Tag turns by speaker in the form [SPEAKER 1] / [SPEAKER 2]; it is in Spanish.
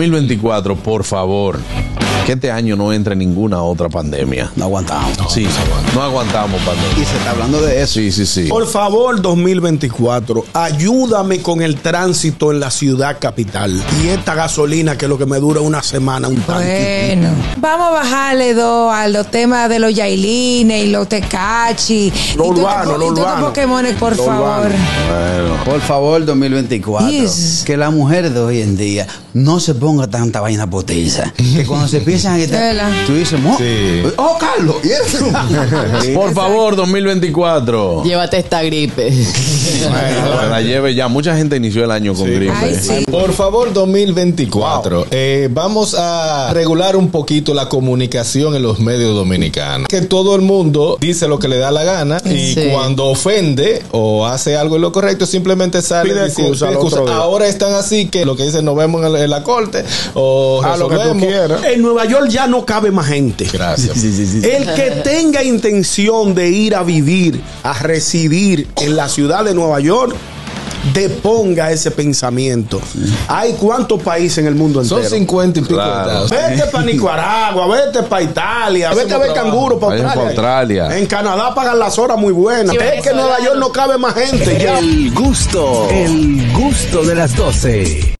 [SPEAKER 1] 2024, por favor, que este año no entre ninguna otra pandemia.
[SPEAKER 2] No aguantamos.
[SPEAKER 1] Sí, no aguantamos pandemia.
[SPEAKER 2] Y se está hablando de eso.
[SPEAKER 1] Sí, sí, sí.
[SPEAKER 3] Por favor, 2024, ayúdame con el tránsito en la ciudad capital. Y esta gasolina que es lo que me dura una semana, un tanque.
[SPEAKER 4] Bueno, vamos a bajarle dos a los temas de los Yailines y los Tecachi.
[SPEAKER 3] Lo
[SPEAKER 4] y tú te-
[SPEAKER 3] urbano,
[SPEAKER 4] y
[SPEAKER 3] lo
[SPEAKER 4] tú te
[SPEAKER 3] urbano.
[SPEAKER 4] Pokémones, por
[SPEAKER 3] Lo
[SPEAKER 4] favor.
[SPEAKER 3] urbano.
[SPEAKER 1] Bueno,
[SPEAKER 2] Por favor, 2024.
[SPEAKER 4] Yes.
[SPEAKER 2] Que la mujer de hoy en día no se ponga tanta vaina potiza. Que cuando se empiezan a quitar,
[SPEAKER 4] Chela.
[SPEAKER 2] tú dices, "Mo-
[SPEAKER 1] Sí.
[SPEAKER 2] oh, Carlos, ¿y eso?
[SPEAKER 1] por favor, 2024.
[SPEAKER 5] Llévate esta gripe.
[SPEAKER 1] Que la lleve ya. Mucha gente inició el año con gripe.
[SPEAKER 4] Ay, sí.
[SPEAKER 6] Por favor, 2024, eh, vamos a regular un poquito la comunicación en los medios dominicanos. Que todo el mundo dice lo que le da la gana y
[SPEAKER 5] Sí.
[SPEAKER 6] cuando ofende o hace algo en lo correcto, simplemente sale
[SPEAKER 3] Pide
[SPEAKER 6] diciendo,
[SPEAKER 3] excusa
[SPEAKER 6] "Pide
[SPEAKER 3] al otro
[SPEAKER 6] excusa".
[SPEAKER 3] día.
[SPEAKER 6] Ahora están así que lo que dicen, nos vemos en la, en la corte o
[SPEAKER 3] A lo que tú
[SPEAKER 6] resolvemos.
[SPEAKER 3] quieras. En Nueva York ya no cabe más gente.
[SPEAKER 6] Gracias.
[SPEAKER 3] El que tenga intención de ir a vivir, a residir en la ciudad de Nueva York, deponga ese pensamiento. Hay cuántos países en el mundo
[SPEAKER 6] Son
[SPEAKER 3] entero.
[SPEAKER 6] 50 y pico de
[SPEAKER 1] Claro.
[SPEAKER 6] estados.
[SPEAKER 3] Vete para Nicaragua, vete para Italia, vete a ver canguro para
[SPEAKER 1] Vayan
[SPEAKER 3] Australia.
[SPEAKER 1] pa' Australia.
[SPEAKER 3] En Canadá pagan las horas muy buenas.
[SPEAKER 5] Sí,
[SPEAKER 3] es que en Nueva
[SPEAKER 5] venezolano.
[SPEAKER 3] York no cabe más gente. ya.
[SPEAKER 7] El gusto, el gusto de las 12.